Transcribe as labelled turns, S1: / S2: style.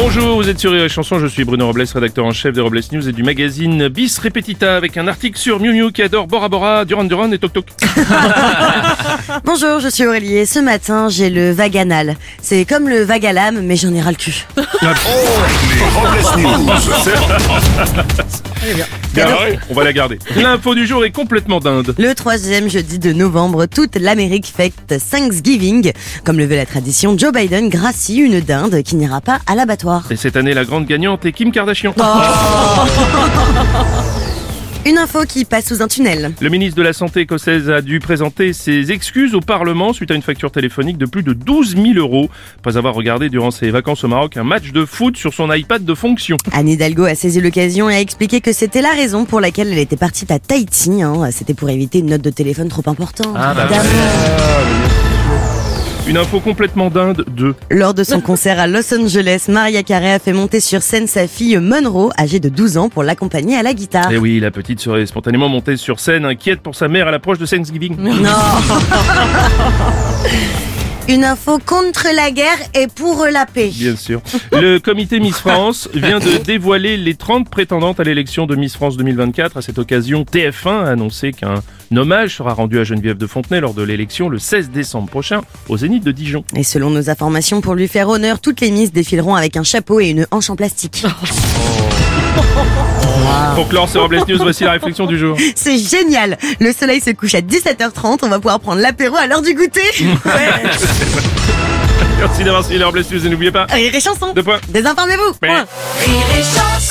S1: Bonjour, vous êtes sur Rire et Chanson, je suis Bruno Robles, rédacteur en chef de Robles News et du magazine Bis Repetita avec un article sur Miu Miu qui adore Bora Bora, Duran Duran et Tok Tok.
S2: Bonjour, je suis Aurélie et ce matin j'ai le vague anal. C'est comme le vague à l'âme, mais j'en ai ras le cul.
S3: Les Robles News.
S1: Bien, on va la garder. L'info du jour est complètement dinde.
S2: Le troisième jeudi de novembre, toute l'Amérique fête Thanksgiving. Comme le veut la tradition, Joe Biden gracie une dinde qui n'ira pas à l'abattoir.
S1: Et cette année, la grande gagnante est Kim Kardashian.
S2: Une info qui passe sous un tunnel.
S1: Le ministre de la Santé écossaise a dû présenter ses excuses au Parlement suite à une facture téléphonique de plus de 12 000 euros, après avoir regardé durant ses vacances au Maroc un match de foot sur son iPad de fonction.
S2: Anne Hidalgo a saisi l'occasion et a expliqué que c'était la raison pour laquelle elle était partie à Tahiti. hein. C'était pour éviter une note de téléphone trop importante. évidemment.
S1: Une info complètement dinde de...
S2: Lors de son concert à Los Angeles, Maria Carey a fait monter sur scène sa fille Monroe, âgée de 12 ans, pour l'accompagner à la guitare.
S1: Eh oui, la petite serait spontanément montée sur scène, inquiète pour sa mère à l'approche de Thanksgiving.
S2: Non Une info contre la guerre et pour la paix.
S1: Bien sûr. Le comité Miss France vient de dévoiler les 30 prétendantes à l'élection de Miss France 2024. À cette occasion, TF1 a annoncé qu'un hommage sera rendu à Geneviève de Fontenay lors de l'élection le 16 décembre prochain au Zénith de Dijon.
S2: Et selon nos informations, pour lui faire honneur, toutes les miss défileront avec un chapeau et une hanche en plastique.
S1: Oh. Pour clore ce Robles News, voici la réflexion du jour.
S2: C'est génial Le soleil se couche à 17h30, on va pouvoir prendre l'apéro à l'heure du goûter Ouais.
S1: Merci d'avoir suivi les Robles News et n'oubliez pas,
S2: Rire et chanson
S1: deux points.
S2: Désinformez-vous
S1: Mais-
S2: Point.
S4: Rire et chanson